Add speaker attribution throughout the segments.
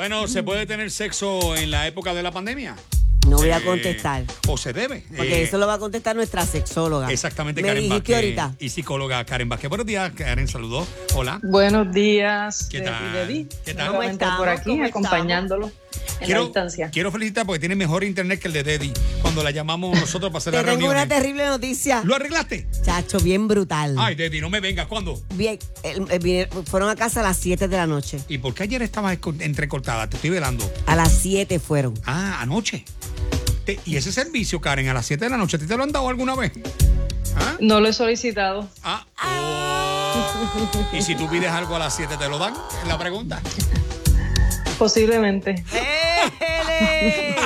Speaker 1: Bueno, ¿se puede tener sexo en la época de la pandemia?
Speaker 2: Mm. No voy a
Speaker 1: Eh,
Speaker 2: contestar.
Speaker 1: o se debe.
Speaker 2: Porque
Speaker 1: Eh,
Speaker 2: eso lo va a contestar nuestra sexóloga.
Speaker 1: Exactamente,
Speaker 2: Me
Speaker 1: Karen
Speaker 2: dijiste
Speaker 1: Vázquez.
Speaker 2: ahorita.
Speaker 1: Y psicóloga Karen Vázquez. Buenos días, Karen, saludos. Hola.
Speaker 3: Buenos días,
Speaker 1: ¿Qué
Speaker 3: Betty
Speaker 1: tal?
Speaker 3: y Debbie.
Speaker 1: ¿Qué tal?
Speaker 3: Nuevamente
Speaker 2: ¿Cómo
Speaker 3: por
Speaker 2: estamos?
Speaker 3: aquí,
Speaker 2: ¿Cómo
Speaker 3: acompañándolo en la distancia.
Speaker 1: quiero felicitar porque tiene mejor internet que el de Deddy cuando la llamamos nosotros para hacer
Speaker 2: Te
Speaker 1: la
Speaker 2: tengo
Speaker 1: reunión.
Speaker 2: una Mm. terrible noticia.
Speaker 1: ¿Lo arreglaste?
Speaker 2: Chacho, bien brutal.
Speaker 1: Ay, Deddy, no me vengas. ¿Cuándo?
Speaker 2: Bien, el- el- vinieron- fueron a casa a las 7 de la noche.
Speaker 1: ¿Y por qué ayer estabas esco- entrecortada? Te estoy velando.
Speaker 2: A las 7 fueron.
Speaker 1: Ah, anoche. Te- ¿Y ese servicio, Karen, a las 7 de la noche, ¿a ti te lo han dado alguna vez? ¿Ah?
Speaker 3: No lo he solicitado.
Speaker 1: Ah. oh. ¿Y si tú pides algo a las 7, te lo dan? Es la pregunta.
Speaker 3: Posiblemente.
Speaker 2: ¡Ele!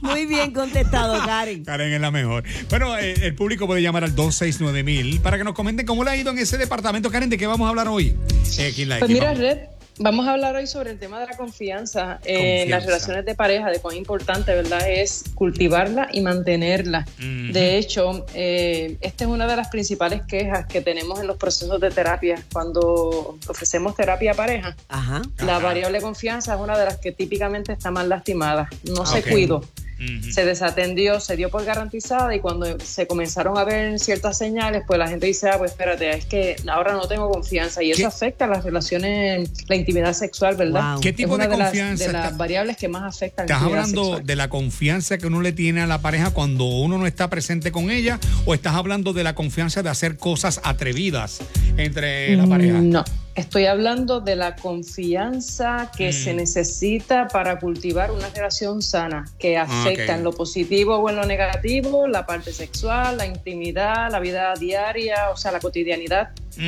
Speaker 2: Muy bien contestado, Karen.
Speaker 1: Karen es la mejor. Bueno, eh, el público puede llamar al 269.000 para que nos comenten cómo le ha ido en ese departamento. Karen, ¿de qué vamos a hablar hoy? Eh, aquí en la
Speaker 3: Pues
Speaker 1: X,
Speaker 3: mira,
Speaker 1: vamos.
Speaker 3: Red, vamos a hablar hoy sobre el tema de la confianza eh, en las
Speaker 1: Confianza.
Speaker 3: relaciones de pareja, de cuán importante, ¿verdad?, es cultivarla y mantenerla.
Speaker 1: Ujú.
Speaker 3: De hecho, eh, esta es una de las principales quejas que tenemos en los procesos de terapia. Cuando ofrecemos terapia a pareja,
Speaker 2: Ajá.
Speaker 3: la
Speaker 1: Ajá.
Speaker 3: variable confianza es una de las que típicamente está más lastimada. No
Speaker 1: Ok.
Speaker 3: se cuidó.
Speaker 1: Ujú.
Speaker 3: se desatendió, se dio por garantizada y cuando se comenzaron a ver ciertas señales, pues la gente dice, ah, pues espérate, es que ahora no tengo confianza y
Speaker 1: ¿Qué?
Speaker 3: eso afecta las relaciones, la intimidad sexual, ¿verdad?
Speaker 2: Wow.
Speaker 1: ¿Qué
Speaker 3: Es
Speaker 1: tipo
Speaker 3: una
Speaker 1: de
Speaker 3: las-
Speaker 1: confianza
Speaker 3: de las,
Speaker 1: está-
Speaker 3: variables que más afectan. la
Speaker 1: ¿Estás
Speaker 3: intimidad
Speaker 1: hablando
Speaker 3: sexual.
Speaker 1: de la confianza que uno le tiene a la pareja cuando uno no está presente con ella? ¿O estás hablando de la confianza de hacer cosas atrevidas entre la pareja?
Speaker 3: No, estoy hablando de la confianza que
Speaker 1: Mm.
Speaker 3: se necesita para cultivar una relación sana, que afecta
Speaker 1: Ah, ok.
Speaker 3: en lo positivo o en lo negativo, la parte sexual, la intimidad, la vida diaria, o sea, la cotidianidad
Speaker 1: Ujú.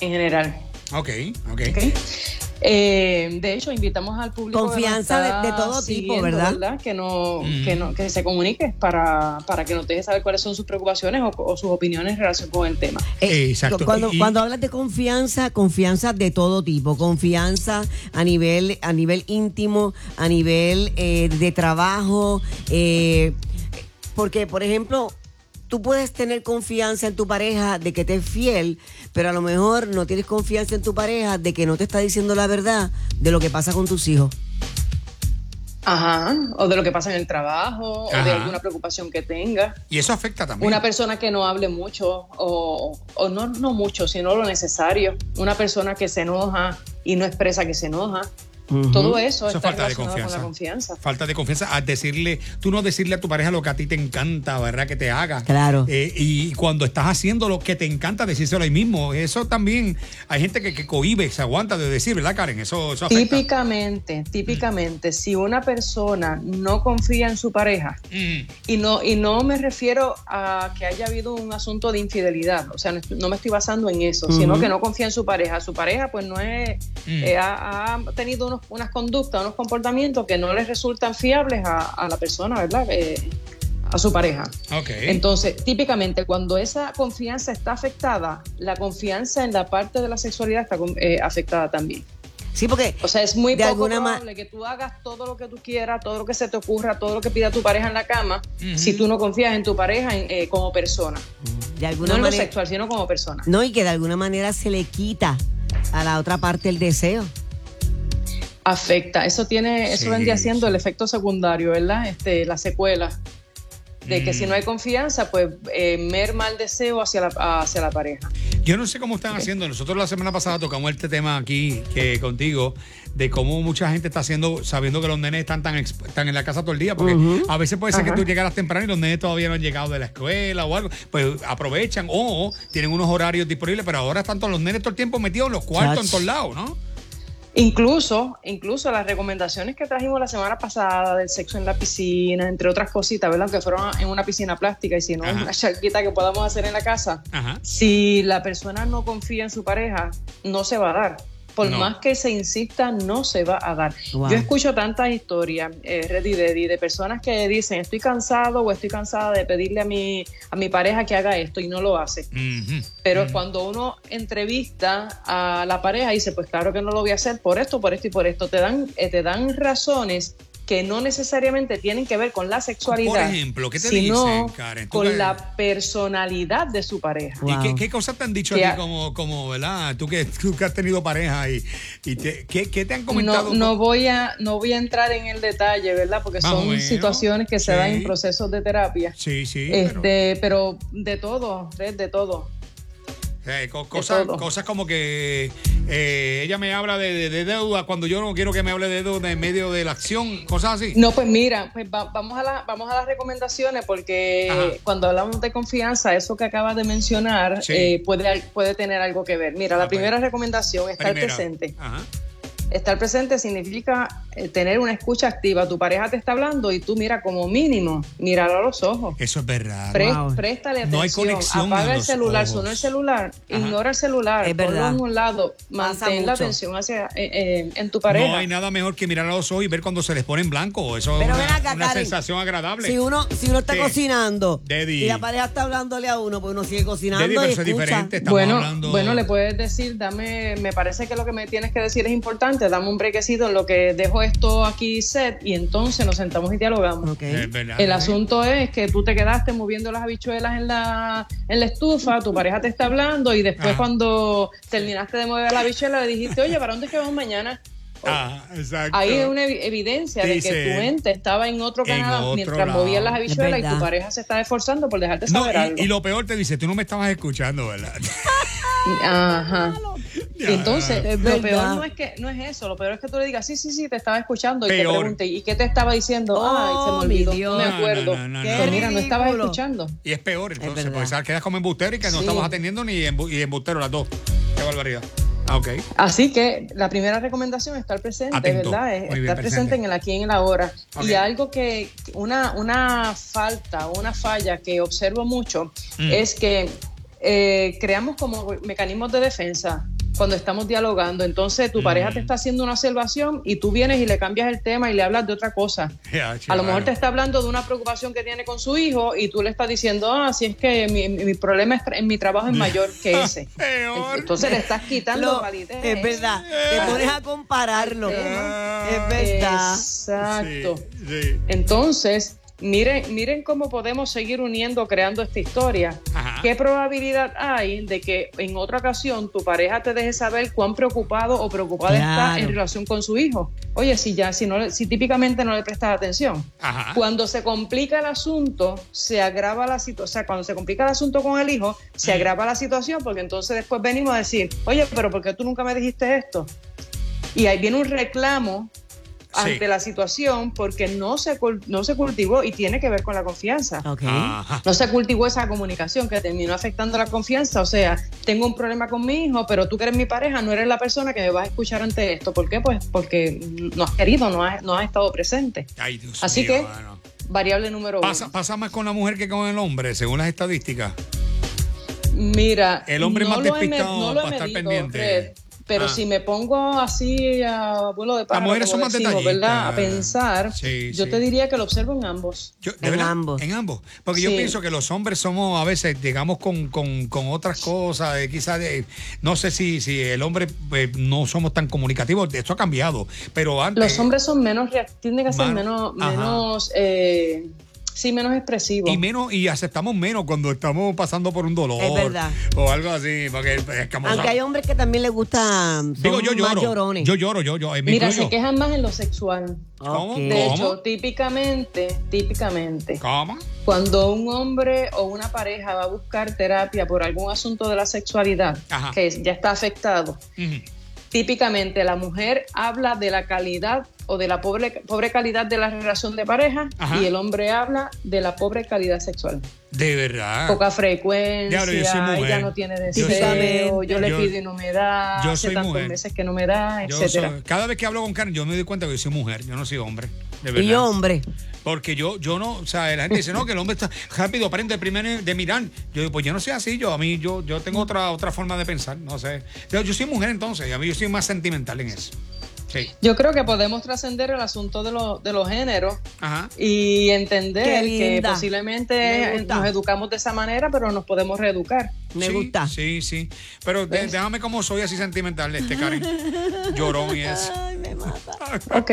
Speaker 3: en general.
Speaker 1: Ok, ok.
Speaker 3: Ok. Eh, de hecho, invitamos al público. que nos
Speaker 2: Confianza de-
Speaker 3: está
Speaker 2: de todo tipo,
Speaker 3: siguiendo,
Speaker 2: ¿verdad?
Speaker 3: Que, no,
Speaker 1: Mm.
Speaker 3: que, no- que se comunique para, para que nos deje saber cuáles son sus preocupaciones o, o sus opiniones en relación con el tema.
Speaker 1: Eh, Exacto.
Speaker 2: Eh, Cuando,
Speaker 1: Y-
Speaker 2: cuando hablas de confianza, confianza de todo tipo, confianza a nivel, a nivel íntimo, a nivel eh, de trabajo, eh, porque por ejemplo, tú puedes tener confianza en tu pareja de que te es fiel, pero a lo mejor no tienes confianza en tu pareja de que no te está diciendo la verdad de lo que pasa con tus hijos.
Speaker 3: Ajá. O de lo que pasa en el trabajo, o de
Speaker 1: Ajá.
Speaker 3: alguna preocupación que tenga.
Speaker 1: Y eso afecta también.
Speaker 3: Una persona que no hable mucho, o, o no, no mucho, sino lo necesario. Una persona que se enoja y no expresa que se enoja.
Speaker 2: Ujú.
Speaker 3: Todo
Speaker 1: Eso
Speaker 3: eso,
Speaker 1: es
Speaker 3: está
Speaker 1: falta de
Speaker 3: relacionado con
Speaker 1: confianza.
Speaker 3: la confianza.
Speaker 1: falta de confianza a decirle, tú no decirle a tu pareja lo que a ti te encanta, ¿verdad? Que te haga.
Speaker 2: Claro.
Speaker 1: Eh, y cuando estás haciendo lo que te encanta, decírselo ahí mismo. Eso también, hay gente que, que cohíbe, se aguanta de decir, ¿verdad, Karen? Eso, eso afecta.
Speaker 3: Típicamente, típicamente, si una persona no confía en su pareja,
Speaker 1: Mm,
Speaker 3: y no, y no me refiero a que haya habido un asunto de infidelidad, o sea, no, estoy- no me estoy basando en eso, sino
Speaker 2: Ujú.
Speaker 3: que no confía en su pareja. Su pareja, pues, no es.
Speaker 1: Mm.
Speaker 3: eh, ha, ha tenido unos- unas conductas, unos comportamientos que no les resultan fiables a, a la persona, ¿verdad? Eh, a su pareja.
Speaker 1: ok.
Speaker 3: Entonces, típicamente cuando esa confianza está afectada, la confianza en la parte de la sexualidad está con- eh, afectada también.
Speaker 2: Sí, porque
Speaker 3: O sea, es muy
Speaker 2: De
Speaker 3: poco
Speaker 2: alguna ma-
Speaker 3: probable que tú hagas todo lo que tú quieras, todo lo que se te ocurra, todo lo que pida tu pareja en la cama,
Speaker 1: Ujú.
Speaker 3: si tú no confías en tu pareja en- eh, como persona.
Speaker 2: de alguna
Speaker 3: No en lo
Speaker 2: manera...
Speaker 3: sexual, sino como persona.
Speaker 2: No, y que de alguna manera se le quita a la otra parte el deseo.
Speaker 3: Afecta. Eso tiene, eso
Speaker 1: Sí,
Speaker 3: vendría siendo
Speaker 1: sí.
Speaker 3: el efecto secundario, ¿verdad? Este, la secuela. De que
Speaker 1: Mm.
Speaker 3: si no hay confianza, pues eh, merma el deseo hacia la, hacia la pareja.
Speaker 1: Yo no sé cómo están haciendo. Nosotros la semana pasada tocamos este tema aquí que contigo de cómo mucha gente está haciendo, sabiendo que los nenes están tan exp- están en la casa todo el día, porque
Speaker 2: Ujú.
Speaker 1: a veces puede ser que
Speaker 3: Ajá.
Speaker 1: tú llegaras temprano y los nenes todavía no han llegado de la escuela o algo, pues aprovechan o tienen unos horarios disponibles, pero ahora están todos los nenes todo el tiempo metidos en los cuartos, en
Speaker 2: Chach.
Speaker 1: todos lados, ¿no?
Speaker 3: Incluso, incluso las recomendaciones que trajimos la semana pasada del sexo en la piscina, entre otras cositas, ¿verdad? Aunque fueron en una piscina plástica y si no, en
Speaker 1: Ajá.
Speaker 3: una charquita que podamos hacer en la casa.
Speaker 1: Ajá.
Speaker 3: Si la persona no confía en su pareja, no se va a dar. Por
Speaker 1: No.
Speaker 3: más que se insista, no se va a dar.
Speaker 2: Wow.
Speaker 3: Yo escucho tantas historias, eh, Red y Dedi, de personas que dicen, estoy cansado o estoy cansada de pedirle a mi, a mi pareja que haga esto y no lo hace.
Speaker 1: Ujú.
Speaker 3: Pero cuando uno entrevista a la pareja y dice, pues claro que no lo voy a hacer por esto, por esto y por esto, te dan, eh, te dan razones que no necesariamente tienen que ver con la sexualidad.
Speaker 1: Por ejemplo, ¿qué te
Speaker 3: sino
Speaker 1: dicen, Karen? ¿Tú
Speaker 3: Con
Speaker 1: qué-
Speaker 3: la personalidad de su pareja.
Speaker 1: ¿Y qué,
Speaker 2: Wow.
Speaker 1: qué cosas te han dicho
Speaker 3: Que
Speaker 1: a
Speaker 3: a-
Speaker 1: ti como, como ¿verdad? Tú que, tú que has tenido pareja y, y te- ¿qué, qué te han
Speaker 3: No,
Speaker 1: comentado?
Speaker 3: no voy a no voy a entrar en el detalle, ¿verdad? Porque
Speaker 1: Más o
Speaker 3: son
Speaker 1: menos,
Speaker 3: situaciones que se
Speaker 1: sí.
Speaker 3: dan en procesos de terapia.
Speaker 1: Sí, sí, pero-
Speaker 3: este, pero... de todo, Red, de todo.
Speaker 1: Eh, co- cosas,
Speaker 3: todo.
Speaker 1: cosas como que eh, ella me habla de, de- de deuda cuando yo no quiero que me hable de deuda en medio de la acción, cosas así.
Speaker 3: No, pues mira, pues va- vamos a la- vamos a las recomendaciones porque
Speaker 1: Ajá.
Speaker 3: cuando hablamos de confianza, eso que acabas de mencionar
Speaker 1: Sí.
Speaker 3: eh, puede puede tener algo que ver. Mira, la
Speaker 1: Ok.
Speaker 3: primera recomendación es estar
Speaker 1: Primera.
Speaker 3: presente.
Speaker 1: Ajá.
Speaker 3: Estar presente significa eh, tener una escucha activa. Tu pareja te está hablando y tú mira como mínimo, mírala a los ojos.
Speaker 1: Eso es verdad.
Speaker 3: Pre-
Speaker 2: Wow.
Speaker 3: Préstale atención.
Speaker 1: No hay conexión en
Speaker 3: Apaga el
Speaker 1: los
Speaker 3: celular,
Speaker 1: ojos.
Speaker 3: sonó el celular,
Speaker 1: Ajá.
Speaker 3: ignora el celular,
Speaker 2: Es
Speaker 3: ponlo
Speaker 2: verdad.
Speaker 3: en un lado,
Speaker 2: Pasa
Speaker 3: mantén la
Speaker 2: mucho.
Speaker 3: atención hacia eh, eh, en tu
Speaker 1: No
Speaker 3: pareja.
Speaker 1: hay nada mejor que mirar a los ojos y ver cuando se les pone en blanco. Eso
Speaker 2: Pero
Speaker 1: es
Speaker 2: ven
Speaker 1: una,
Speaker 2: acá,
Speaker 1: una
Speaker 2: Karen.
Speaker 1: sensación agradable.
Speaker 2: Si uno, si uno está
Speaker 1: Sí.
Speaker 2: cocinando
Speaker 1: Daddy.
Speaker 2: y la pareja está hablándole a uno, pues uno sigue cocinando
Speaker 1: Debbie, pero
Speaker 2: y
Speaker 1: eso es
Speaker 2: escucha.
Speaker 1: diferente. Estamos
Speaker 3: Bueno,
Speaker 1: hablando.
Speaker 3: bueno, le puedes decir, dame, me parece que lo que me tienes que decir es importante, dame un brequecito en lo que dejo esto aquí set y entonces nos sentamos y dialogamos.
Speaker 2: Ok.
Speaker 1: Es verdad.
Speaker 3: El asunto es que tú te quedaste moviendo las habichuelas en la, en la estufa, tu pareja te está hablando y después
Speaker 1: Ajá.
Speaker 3: cuando terminaste de mover la habichuela le dijiste, oye, ¿para dónde es que vamos mañana?
Speaker 1: Ah, exacto.
Speaker 3: Ahí es una evi- evidencia
Speaker 1: Dice,
Speaker 3: de que tu mente estaba en otro
Speaker 1: en
Speaker 3: canal
Speaker 1: otro
Speaker 3: mientras
Speaker 1: lado.
Speaker 3: movías las habichuelas y
Speaker 2: Es verdad.
Speaker 3: tu pareja se está esforzando por dejarte
Speaker 1: No,
Speaker 3: saber algo.
Speaker 1: y, y lo peor te dice, tú no me estabas escuchando, ¿verdad?
Speaker 3: Ajá. Y entonces,
Speaker 2: Es
Speaker 3: lo peor
Speaker 2: verdad.
Speaker 3: no es que no es eso, lo peor es que tú le digas, sí, sí, sí, te estaba escuchando y
Speaker 1: Peor.
Speaker 3: te pregunte, ¿y qué te estaba diciendo?
Speaker 2: Oh,
Speaker 3: Ay, se me
Speaker 2: mi
Speaker 3: olvidó,
Speaker 2: Dios.
Speaker 3: no me
Speaker 1: No, no,
Speaker 3: acuerdo.
Speaker 1: no, no,
Speaker 3: Pues
Speaker 1: no.
Speaker 3: mira, no estabas
Speaker 2: Ridículo.
Speaker 3: escuchando.
Speaker 1: Y es peor, entonces,
Speaker 2: verdad.
Speaker 1: porque ¿sabes? quedas como embustero y que no
Speaker 3: Sí.
Speaker 1: estamos atendiendo ni embu- y embustero las dos. Qué barbaridad. Ah, ok.
Speaker 3: Así que la primera recomendación es estar presente,
Speaker 1: Atento.
Speaker 3: ¿verdad? Es
Speaker 1: Muy
Speaker 3: estar
Speaker 1: bien,
Speaker 3: presente.
Speaker 1: presente.
Speaker 3: en el aquí y en la hora.
Speaker 1: Ok.
Speaker 3: Y algo que, una, una falta, una falla que observo mucho
Speaker 1: Mm.
Speaker 3: es que eh, creamos como mecanismos de defensa cuando estamos dialogando. Entonces tu
Speaker 1: Mm.
Speaker 3: pareja te está haciendo una observación y tú vienes y le cambias el tema y le hablas de otra cosa.
Speaker 1: Ya,
Speaker 3: A lo
Speaker 1: chivallo.
Speaker 3: mejor te está hablando de una preocupación que tiene con su hijo y tú le estás diciendo, ah, si es que mi, mi- mi problema es tra- en mi trabajo es mayor que ese.
Speaker 1: Peor.
Speaker 3: Entonces le estás quitando
Speaker 2: Lo-
Speaker 3: validez.
Speaker 2: es verdad,
Speaker 1: Eh.
Speaker 2: te pones a compararlo.
Speaker 1: Ah.
Speaker 2: Es verdad.
Speaker 3: Exacto.
Speaker 1: Sí, sí.
Speaker 3: Entonces, miren, miren cómo podemos seguir uniendo, creando esta historia.
Speaker 1: Ajá.
Speaker 3: ¿Qué probabilidad hay de que en otra ocasión tu pareja te deje saber cuán preocupado o preocupada
Speaker 2: Claro.
Speaker 3: está en relación con su hijo? Oye, si ya, si no, le- si típicamente no le prestas atención.
Speaker 1: Ajá.
Speaker 3: Cuando se complica el asunto, se agrava la situación. O sea, cuando se complica el asunto con el hijo, se agrava la situación porque entonces después venimos a decir, oye, pero ¿por qué tú nunca me dijiste esto? Y ahí viene un reclamo
Speaker 1: Sí.
Speaker 3: ante la situación porque no se, cul- no se cultivó y tiene que ver con la confianza.
Speaker 1: Ah.
Speaker 2: Ok.
Speaker 1: Ajá.
Speaker 3: No se cultivó esa comunicación que terminó afectando la confianza. O sea, tengo un problema con mi hijo, pero tú que eres mi pareja no eres la persona que me vas a escuchar ante esto. ¿Por qué? Pues porque no has querido, no has, no has estado presente.
Speaker 1: Ay, Dios
Speaker 3: Así
Speaker 1: mío,
Speaker 3: que-
Speaker 1: mano.
Speaker 3: Variable número uno.
Speaker 1: Pasa, pasa más con la mujer que con el hombre, según las estadísticas.
Speaker 3: Mira,
Speaker 1: El hombre más
Speaker 3: lo he med-
Speaker 1: despistado
Speaker 3: no lo he
Speaker 1: para estar
Speaker 3: medido,
Speaker 1: pendiente.
Speaker 3: Fred, pero
Speaker 1: Ah.
Speaker 3: si me pongo así a vuelo de pájaro,
Speaker 1: mujeres
Speaker 3: como
Speaker 1: son más
Speaker 3: decimos, ¿verdad? A
Speaker 1: detallistas.
Speaker 3: pensar,
Speaker 1: Sí,
Speaker 3: yo
Speaker 1: sí.
Speaker 3: te diría que lo observo en ambos.
Speaker 1: Yo, de
Speaker 2: En ambos.
Speaker 1: En ambos. Porque yo
Speaker 3: Sí.
Speaker 1: pienso que los hombres somos a veces, llegamos con, con, con otras cosas, eh, quizás, de- no sé si, si el hombre eh, no somos tan comunicativos, esto ha cambiado, pero antes...
Speaker 3: Los hombres son menos, reac- tienden a ser
Speaker 1: Mano,
Speaker 3: menos,
Speaker 1: ajá.
Speaker 3: menos, eh, sí, menos expresivos.
Speaker 1: Y menos, y aceptamos menos cuando estamos pasando por un dolor.
Speaker 2: Es verdad.
Speaker 1: O algo así, porque es que,
Speaker 2: Aunque hay hombres que también les gusta. Son
Speaker 1: Digo, yo
Speaker 2: más
Speaker 1: lloro.
Speaker 2: llorones.
Speaker 1: Yo lloro, yo, yo. eh, me
Speaker 3: Mira, se
Speaker 1: incluyo.
Speaker 3: quejan más en lo sexual.
Speaker 1: ¿Cómo?
Speaker 2: Ok.
Speaker 3: De
Speaker 1: ¿Cómo?
Speaker 3: hecho, típicamente, típicamente,
Speaker 1: ¿Cómo?
Speaker 3: Cuando un hombre o una pareja va a buscar terapia por algún asunto de la sexualidad
Speaker 1: Ajá.
Speaker 3: que ya está afectado,
Speaker 1: Ujú.
Speaker 3: típicamente la mujer habla de la calidad o de la pobre, pobre calidad de la relación de pareja
Speaker 1: Ajá.
Speaker 3: y el hombre habla de la pobre calidad sexual.
Speaker 1: De verdad.
Speaker 3: Poca
Speaker 1: Ya,
Speaker 3: frecuencia,
Speaker 1: pero yo Ah. soy mujer.
Speaker 3: ella no tiene
Speaker 1: Yo
Speaker 3: deseo,
Speaker 1: soy-
Speaker 3: yo, le
Speaker 1: Yo-
Speaker 3: pido y no me da,
Speaker 1: yo soy
Speaker 3: hace tantos
Speaker 1: mujer.
Speaker 3: meses que no me da,
Speaker 1: Yo
Speaker 3: etcétera.
Speaker 1: soy- cada vez que hablo con Karen, yo me doy cuenta que yo soy mujer, yo no soy hombre. De verdad.
Speaker 2: Y hombre.
Speaker 1: Porque yo, yo no, o sea, la gente dice, no, que el hombre está rápido, aprende primero de mirar. Yo digo, pues yo no soy así, yo a mí, yo, yo tengo otra, otra forma de pensar, no sé. Yo, yo soy mujer entonces, y a mí yo soy más sentimental en eso. Sí.
Speaker 3: Yo creo que podemos trascender el asunto de, lo- de los géneros
Speaker 1: Ajá.
Speaker 3: y
Speaker 2: Qué
Speaker 3: entender que
Speaker 2: linda. Me
Speaker 3: posiblemente
Speaker 2: gusta.
Speaker 3: nos educamos de esa manera, pero nos podemos reeducar.
Speaker 2: Me
Speaker 1: Sí,
Speaker 2: gusta.
Speaker 1: Sí, sí. Pero de-
Speaker 3: ¿Ves?
Speaker 1: déjame como soy así sentimental, este Karen. Llorón y eso.
Speaker 2: Ay, me mata.
Speaker 3: Ok.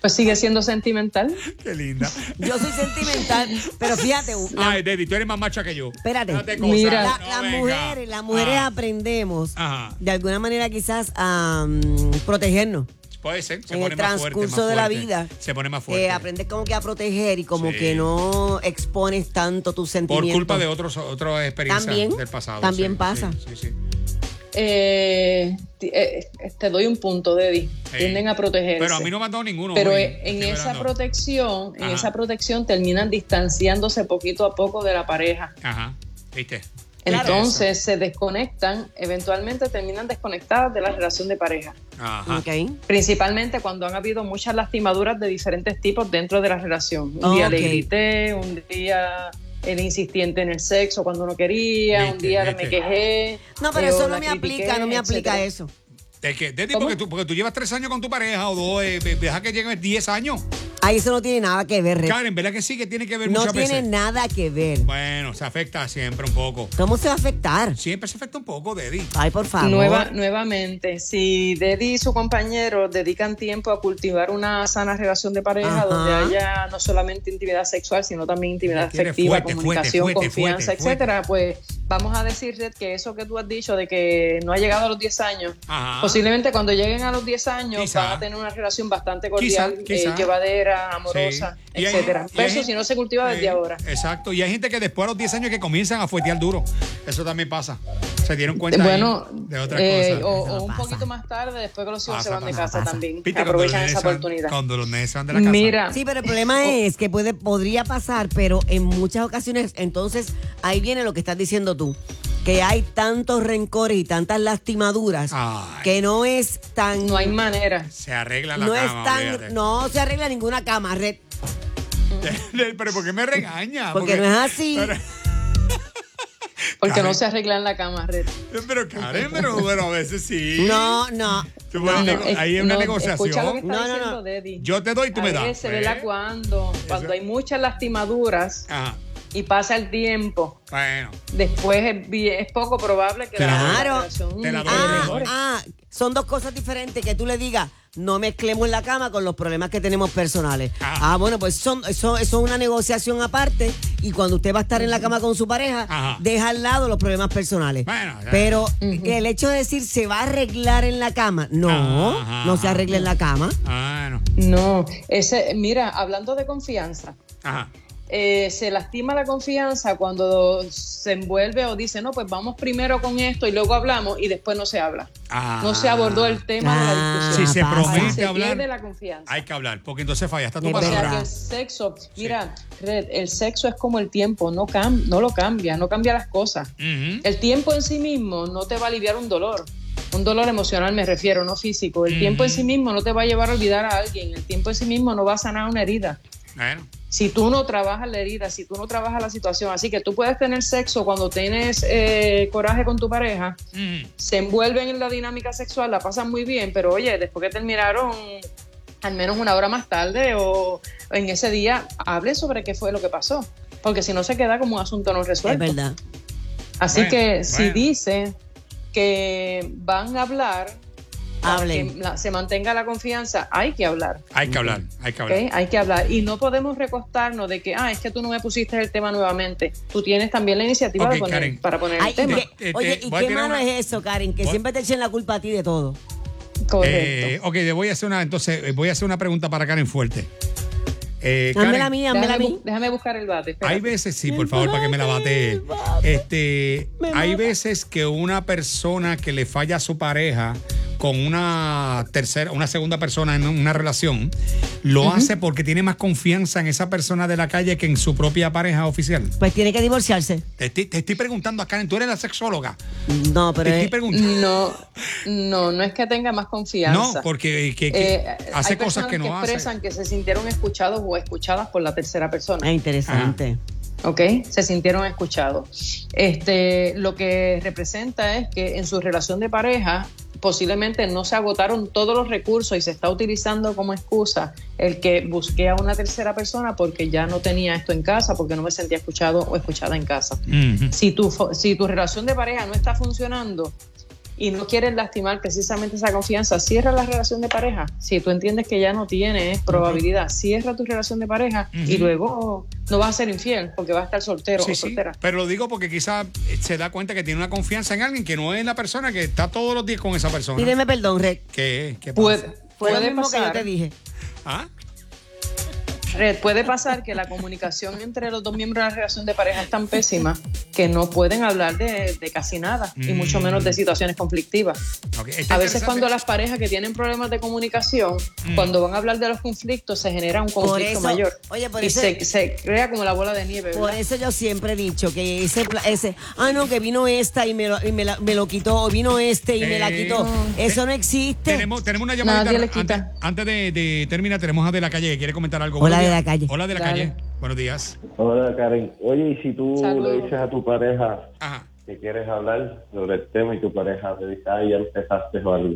Speaker 3: Pues sigue siendo sentimental.
Speaker 1: Qué linda.
Speaker 2: Yo soy sentimental, pero fíjate, la-
Speaker 1: Ay, Debbie, tú eres más macha que yo.
Speaker 2: Espérate.
Speaker 1: No te cosas,
Speaker 3: Mira.
Speaker 2: la-
Speaker 1: no
Speaker 2: las
Speaker 1: venga.
Speaker 2: mujeres, las mujeres
Speaker 1: Ah,
Speaker 2: aprendemos
Speaker 1: Ajá.
Speaker 2: de alguna manera quizás a mm, protegernos.
Speaker 1: Puede ser, se
Speaker 2: en
Speaker 1: pone
Speaker 2: el
Speaker 1: más fuerte,
Speaker 2: transcurso
Speaker 1: más
Speaker 2: de la
Speaker 1: fuerte.
Speaker 2: vida.
Speaker 1: Se pone más fuerte.
Speaker 2: Eh, aprendes como que a proteger y como
Speaker 1: Sí.
Speaker 2: que no expones tanto tus
Speaker 1: Por
Speaker 2: sentimientos.
Speaker 1: culpa de otros, otras experiencias
Speaker 2: También,
Speaker 1: del pasado.
Speaker 2: también
Speaker 1: sí,
Speaker 2: pasa.
Speaker 1: Sí, sí, sí.
Speaker 3: Eh, ti- eh, te doy un punto, Debbie.
Speaker 1: Sí.
Speaker 3: Tienden a protegerse.
Speaker 1: Pero a mí no me han dado ninguno.
Speaker 3: Pero
Speaker 1: hoy,
Speaker 3: eh, en
Speaker 1: de
Speaker 3: esa
Speaker 1: verdad, no.
Speaker 3: protección, en
Speaker 1: Ajá.
Speaker 3: esa protección terminan distanciándose poquito a poco de la pareja.
Speaker 1: Ajá, viste.
Speaker 2: Claro.
Speaker 3: Entonces se desconectan, eventualmente terminan desconectadas de la relación de pareja.
Speaker 1: Ajá.
Speaker 2: Ok.
Speaker 3: Principalmente cuando han habido muchas lastimaduras de diferentes tipos dentro de la relación. Un
Speaker 2: Ah,
Speaker 3: día
Speaker 2: ok.
Speaker 3: le grité, un día el insistente en el sexo cuando no quería, un
Speaker 1: Viste,
Speaker 3: día
Speaker 1: viste.
Speaker 3: me quejé.
Speaker 2: No, pero
Speaker 3: yo
Speaker 2: eso
Speaker 3: la
Speaker 2: no me
Speaker 3: critiqué,
Speaker 2: aplica, no me aplica
Speaker 3: etcétera.
Speaker 2: eso.
Speaker 1: Es que, Debbie,
Speaker 3: ¿Cómo?
Speaker 1: porque tú, porque tú llevas tres años con tu pareja o dos, eh, ve- deja que lleguen 10 años.
Speaker 2: Ahí eso no tiene nada que ver, Rex.
Speaker 1: Karen, ¿verdad que sí que tiene que ver
Speaker 2: No
Speaker 1: muchas
Speaker 2: tiene
Speaker 1: veces?
Speaker 2: nada que ver.
Speaker 1: Bueno, se afecta siempre un poco.
Speaker 2: ¿Cómo se va a afectar?
Speaker 1: Siempre se afecta un poco, Debbie.
Speaker 2: Ay, por favor.
Speaker 3: Nueva- nuevamente, si Dedi y su compañero dedican tiempo a cultivar una sana relación de pareja
Speaker 2: Ajá.
Speaker 3: donde haya no solamente intimidad sexual, sino también intimidad
Speaker 1: Quiere
Speaker 3: afectiva,
Speaker 1: fuerte, fuerte,
Speaker 3: comunicación,
Speaker 1: fuerte,
Speaker 3: confianza,
Speaker 1: fuerte,
Speaker 3: etcétera, pues vamos a decir Red, que eso que tú has dicho de que no ha llegado a los 10 años,
Speaker 1: Ajá.
Speaker 3: posiblemente cuando lleguen a los 10 años
Speaker 1: Ah. Quizá.
Speaker 3: van a tener una relación bastante cordial,
Speaker 1: Quizá, quizá.
Speaker 3: eh, llevadera, amorosa,
Speaker 1: Sí. Y hay-
Speaker 3: etcétera.
Speaker 1: y
Speaker 3: Pero
Speaker 1: hay
Speaker 3: eso
Speaker 1: gente-
Speaker 3: si no se cultiva desde
Speaker 1: Sí,
Speaker 3: ahora.
Speaker 1: Exacto. Y hay gente que después a los 10 años que comienzan a fuetear duro. Eso también pasa. Se dieron cuenta ahí
Speaker 3: Bueno,
Speaker 1: de otras
Speaker 3: eh,
Speaker 1: cosas.
Speaker 3: o,
Speaker 2: Eso
Speaker 3: o un
Speaker 2: pasa.
Speaker 3: poquito más tarde, después que los hijos
Speaker 1: Pasa,
Speaker 3: se van de
Speaker 1: pasa,
Speaker 3: casa
Speaker 2: pasa.
Speaker 3: también,
Speaker 1: Viste, cuando
Speaker 3: aprovechan
Speaker 1: los
Speaker 3: esa
Speaker 1: nenes se van-
Speaker 3: oportunidad.
Speaker 1: Cuando los nenes se van de la casa.
Speaker 3: Mira,
Speaker 2: Sí, pero el
Speaker 1: Oh.
Speaker 2: problema es que puede, podría pasar, pero en muchas ocasiones, entonces ahí viene lo que estás diciendo tú, que hay tantos rencores y tantas lastimaduras
Speaker 1: Ay.
Speaker 2: que no es tan,
Speaker 3: no hay manera.
Speaker 1: Se arregla la
Speaker 2: no
Speaker 1: cama.
Speaker 2: es tan,
Speaker 1: olvídate.
Speaker 2: no se arregla ninguna cama, red,
Speaker 1: pero ¿por qué me regaña?
Speaker 2: porque, no es así.
Speaker 1: Pero,
Speaker 3: Porque
Speaker 1: Karen.
Speaker 3: no se arregla en la cama, Red.
Speaker 1: pero Karen, pero bueno, a veces sí.
Speaker 2: No, no.
Speaker 1: Tú puedes
Speaker 3: No,
Speaker 1: nego-
Speaker 3: es-
Speaker 1: ahí es una
Speaker 3: no, Escucha lo que
Speaker 1: negociación.
Speaker 3: está
Speaker 2: No, no,
Speaker 3: diciendo
Speaker 2: no.
Speaker 3: Deddy.
Speaker 1: Yo te doy, tú
Speaker 3: A
Speaker 1: me das.
Speaker 3: veces, ¿verdad?
Speaker 1: ¿Eh? Ah.
Speaker 3: Cuando, cuando hay muchas lastimaduras
Speaker 1: Ajá.
Speaker 3: y pasa el tiempo,
Speaker 1: Bueno.
Speaker 3: después es, bi- es poco probable que la
Speaker 2: Claro.
Speaker 3: relación
Speaker 1: Te la doy,
Speaker 3: eh,
Speaker 1: te la
Speaker 2: Ah,
Speaker 1: doy.
Speaker 3: mejore.
Speaker 2: ah, son dos cosas diferentes que tú le digas, no mezclemos la cama con los problemas que tenemos personales.
Speaker 1: Ah.
Speaker 2: Ah, bueno, pues son, eso, eso es una negociación aparte y cuando usted va a estar en la cama con su pareja,
Speaker 1: Ajá.
Speaker 2: deja al lado los problemas personales.
Speaker 1: Bueno, ya.
Speaker 2: Pero el hecho de decir se va a arreglar en la cama, no,
Speaker 1: Ajá.
Speaker 2: no se arregla en la cama.
Speaker 1: Bueno.
Speaker 3: No, ese, mira, hablando de confianza,
Speaker 1: Ajá.
Speaker 3: eh, se lastima la confianza cuando se envuelve o dice, no, pues vamos primero con esto y luego hablamos y después no se habla.
Speaker 1: Ah.
Speaker 3: No se abordó el tema
Speaker 2: Ah,
Speaker 3: de la
Speaker 1: Si
Speaker 3: discusión.
Speaker 1: se
Speaker 2: pasa.
Speaker 3: Ahí
Speaker 1: promete
Speaker 3: se
Speaker 1: hablar,
Speaker 3: pierde la confianza.
Speaker 1: hay que hablar, porque entonces falla hasta tu
Speaker 2: Es
Speaker 3: O sea
Speaker 1: palabra.
Speaker 2: verdad.
Speaker 3: que el sexo, mira, Red, el sexo es como el tiempo, no, cam no lo cambia, no cambia las cosas.
Speaker 1: Ujú.
Speaker 3: El tiempo en sí mismo no te va a aliviar un dolor, un dolor emocional me refiero, no físico. El
Speaker 1: Ujú.
Speaker 3: tiempo en sí mismo no te va a llevar a olvidar a alguien, el tiempo en sí mismo no va a sanar una herida.
Speaker 1: Bueno.
Speaker 3: Si tú no trabajas la herida, si tú no trabajas la situación, así que tú puedes tener sexo cuando tienes eh, coraje con tu pareja,
Speaker 1: Ujú.
Speaker 3: se envuelven en la dinámica sexual, la pasan muy bien, pero oye, después que terminaron al menos una hora más tarde o en ese día, hable sobre qué fue lo que pasó, porque si no se queda como un asunto no
Speaker 2: Es
Speaker 3: resuelto.
Speaker 2: verdad.
Speaker 3: Así
Speaker 1: Bueno,
Speaker 3: que si
Speaker 1: bueno.
Speaker 3: dice que van a hablar, para
Speaker 2: Hablen.
Speaker 3: que la- se mantenga la confianza, hay que hablar.
Speaker 1: Hay que hablar, hay que
Speaker 3: ¿ok?
Speaker 1: hablar.
Speaker 3: Hay que hablar y no podemos recostarnos de que, ah, es que tú no me pusiste el tema nuevamente. Tú tienes también la iniciativa
Speaker 1: Ok,
Speaker 3: de poner-
Speaker 1: Karen.
Speaker 3: para poner
Speaker 2: Ay,
Speaker 3: el tema.
Speaker 2: y que-
Speaker 1: Eh,
Speaker 2: oye,
Speaker 1: te-
Speaker 2: ¿y
Speaker 1: voy a
Speaker 2: qué
Speaker 1: tirar
Speaker 2: malo
Speaker 1: una-
Speaker 2: es eso, Karen? Que
Speaker 1: Voy-
Speaker 2: siempre te echen la culpa a ti de todo.
Speaker 3: Correcto.
Speaker 1: Eh, ok, le voy a hacer una, entonces, eh, voy a hacer una pregunta para Karen Fuerte. Eh,
Speaker 2: Dámela a
Speaker 1: Karen,
Speaker 2: mí, dámela a
Speaker 3: Déjame,
Speaker 2: mí.
Speaker 3: bu- déjame buscar el bate. espérate.
Speaker 1: hay veces, sí, por favor, para que me la bate. Este, hay veces que una persona que le falla a su pareja con una tercera, una segunda persona en una relación, lo hace porque tiene más confianza en esa persona de la calle que en su propia pareja oficial.
Speaker 2: Pues tiene que divorciarse.
Speaker 1: Te estoy, te estoy preguntando a Karen, tú eres la sexóloga.
Speaker 2: No, pero
Speaker 1: te estoy
Speaker 2: es-
Speaker 1: preguntando.
Speaker 3: No, no, no es que tenga más
Speaker 1: No,
Speaker 3: confianza.
Speaker 1: porque eh, que- que
Speaker 3: Eh,
Speaker 1: hace
Speaker 3: hay
Speaker 1: cosas
Speaker 3: personas
Speaker 1: que no hace.
Speaker 3: expresan que se sintieron escuchados o escuchadas por la tercera persona,
Speaker 2: es interesante.
Speaker 1: Ah,
Speaker 3: ¿ok? Se sintieron escuchados. Este, lo que representa es que en su relación de pareja posiblemente no se agotaron todos los recursos y se está utilizando como excusa el que busqué a una tercera persona porque ya no tenía esto en casa, porque no me sentía escuchado o escuchada en casa.
Speaker 1: Ujú.
Speaker 3: si tu, fo- si tu relación de pareja no está funcionando, y no quieres lastimar precisamente esa confianza, cierra la relación de pareja. Si tú entiendes que ya no tienes probabilidad, cierra tu relación de pareja
Speaker 1: Ujú.
Speaker 3: y luego no vas a ser infiel porque vas a estar soltero
Speaker 1: Sí,
Speaker 3: o
Speaker 1: sí,
Speaker 3: soltera.
Speaker 1: pero lo digo porque quizás se da cuenta que tiene una confianza en alguien que no es la persona que está todos los días con esa persona.
Speaker 2: Pídeme perdón, Red.
Speaker 1: ¿Qué, qué pasa?
Speaker 3: Puede,
Speaker 2: Fue lo
Speaker 3: puede
Speaker 2: mismo que yo
Speaker 3: pasar,
Speaker 2: te dije.
Speaker 1: ¿Ah?
Speaker 3: Red, puede pasar que la comunicación entre los dos miembros de la relación de pareja es tan pésima que no pueden hablar de, de casi nada y mucho
Speaker 1: Mm.
Speaker 3: menos de situaciones conflictivas.
Speaker 1: Ok, está
Speaker 3: A veces
Speaker 1: interesante. Mm.
Speaker 3: cuando las parejas que tienen problemas de comunicación, cuando van a hablar de los conflictos, se genera un conflicto
Speaker 2: eso-
Speaker 3: mayor.
Speaker 2: oye, por
Speaker 3: y
Speaker 2: eso-
Speaker 3: se, se crea como la bola de nieve.
Speaker 2: Por
Speaker 3: ¿verdad?
Speaker 2: eso yo siempre he dicho que ese, pla- ese ah, no, que vino esta y me lo, y me la- me lo quitó, o vino este y me la quitó.
Speaker 1: Eh,
Speaker 2: Eso no existe.
Speaker 1: Tenemos, tenemos una llamada.
Speaker 3: Nadie le
Speaker 1: antes,
Speaker 3: quita.
Speaker 1: antes de, de terminar, tenemos a De La Calle que quiere comentar algo.
Speaker 2: Hola,
Speaker 1: Buenos
Speaker 2: De La
Speaker 1: días.
Speaker 2: Calle.
Speaker 1: Hola, De La
Speaker 3: Dale.
Speaker 1: Calle. Buenos días.
Speaker 4: Hola Karen, oye, y si tú
Speaker 3: Saludos.
Speaker 4: le dices a tu pareja
Speaker 1: Ajá.
Speaker 4: que quieres hablar sobre el tema y tu pareja te dice, ay, ya empezaste o algo,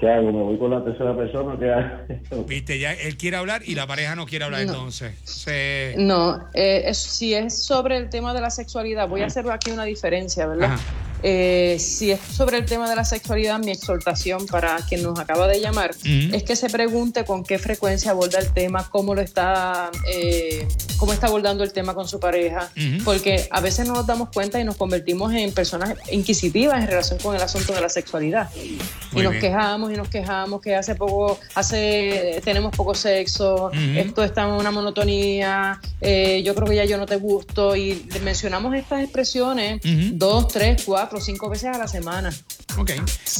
Speaker 4: ¿qué hago? ¿Me voy con la tercera persona o qué hago?
Speaker 1: Viste, ya él quiere hablar y la pareja no quiere hablar
Speaker 3: No.
Speaker 1: entonces. Se-
Speaker 3: No, eh, es- si es sobre el tema de la sexualidad, voy a hacer aquí una diferencia, ¿verdad?
Speaker 1: Ajá.
Speaker 3: Eh, si es sobre el tema de la sexualidad, mi exhortación para quien nos acaba de llamar
Speaker 1: Ujú.
Speaker 3: es que se pregunte con qué frecuencia aborda el tema, cómo lo está, eh, cómo está abordando el tema con su pareja,
Speaker 1: Ujú.
Speaker 3: porque a veces no nos damos cuenta y nos convertimos en personas inquisitivas en relación con el asunto de la sexualidad
Speaker 1: Muy
Speaker 3: y nos
Speaker 1: bien.
Speaker 3: quejamos y nos quejamos que hace poco hace tenemos poco sexo
Speaker 1: Ujú.
Speaker 3: esto está en una monotonía eh, yo creo que ya yo no te gusto y le mencionamos estas expresiones
Speaker 1: Ujú.
Speaker 3: dos tres cuatro cinco veces a la semana
Speaker 1: Ok.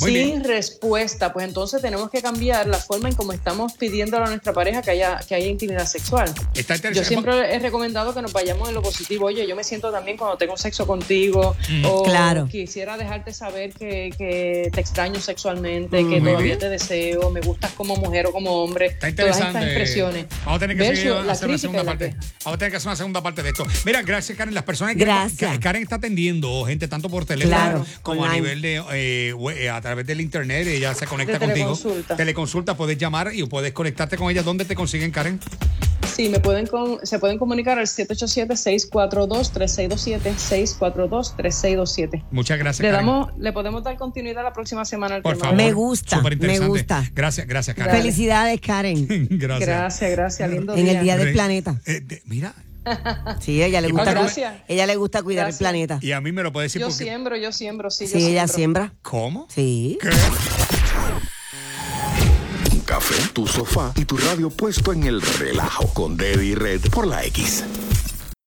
Speaker 1: Muy
Speaker 3: sin
Speaker 1: bien.
Speaker 3: respuesta pues entonces tenemos que cambiar la forma en cómo estamos pidiendo a nuestra pareja que haya que haya intimidad sexual
Speaker 1: Está
Speaker 3: yo
Speaker 1: interesante.
Speaker 3: siempre he recomendado que nos vayamos en lo positivo. Oye, yo me siento también cuando tengo sexo contigo. O
Speaker 2: Claro.
Speaker 3: quisiera dejarte saber que, que te extraño sexualmente,
Speaker 1: Mm,
Speaker 3: que
Speaker 1: muy
Speaker 3: todavía
Speaker 1: bien.
Speaker 3: te deseo, me gustas como mujer o como hombre.
Speaker 1: Está
Speaker 3: todas
Speaker 1: interesante.
Speaker 3: estas expresiones.
Speaker 1: Vamos a tener que
Speaker 3: Versus
Speaker 1: seguir
Speaker 3: la
Speaker 1: hacer una
Speaker 3: crítica y
Speaker 1: segunda
Speaker 3: la
Speaker 1: parte.
Speaker 3: queja.
Speaker 1: Vamos a tener que hacer una segunda parte de esto. Mira, gracias Karen. Las personas que
Speaker 2: Gracias.
Speaker 1: Karen está atendiendo gente tanto por teléfono
Speaker 2: Claro,
Speaker 1: como a
Speaker 2: online.
Speaker 1: nivel de eh, we- eh, a través del internet. Ella se conecta
Speaker 3: De
Speaker 1: contigo.
Speaker 3: teleconsulta.
Speaker 1: Teleconsulta, puedes llamar y puedes conectarte con ella. ¿Dónde te consiguen, Karen?
Speaker 3: Sí, me pueden con- se pueden comunicar al 787-642-3627. 642-3627.
Speaker 1: Muchas gracias.
Speaker 3: Le,
Speaker 1: Karen.
Speaker 3: damos, le podemos dar continuidad la próxima semana al
Speaker 1: Por
Speaker 3: tema.
Speaker 1: favor.
Speaker 2: Me gusta,
Speaker 1: Superinteresante.
Speaker 2: me gusta.
Speaker 1: Gracias, gracias, Karen.
Speaker 3: Dale.
Speaker 2: Felicidades, Karen,
Speaker 1: gracias.
Speaker 3: Gracias, gracias. Lindo
Speaker 2: en el Día del
Speaker 1: Re-
Speaker 2: Planeta.
Speaker 1: Eh, de- mira,
Speaker 2: Sí, ella le
Speaker 1: Y
Speaker 2: gusta,
Speaker 1: para-
Speaker 3: Gracias.
Speaker 2: ella le gusta cuidar
Speaker 3: Gracias.
Speaker 2: el planeta.
Speaker 1: y a mí me lo puede decir
Speaker 3: Yo
Speaker 1: porque.
Speaker 3: siembro, yo siembro, sí. yo
Speaker 2: Sí, ella
Speaker 3: siembro.
Speaker 2: siembra.
Speaker 1: ¿Cómo?
Speaker 2: Sí.
Speaker 1: ¿Qué?
Speaker 5: Café, tu sofá y tu radio puesto en el relajo con Debbie Red por la X.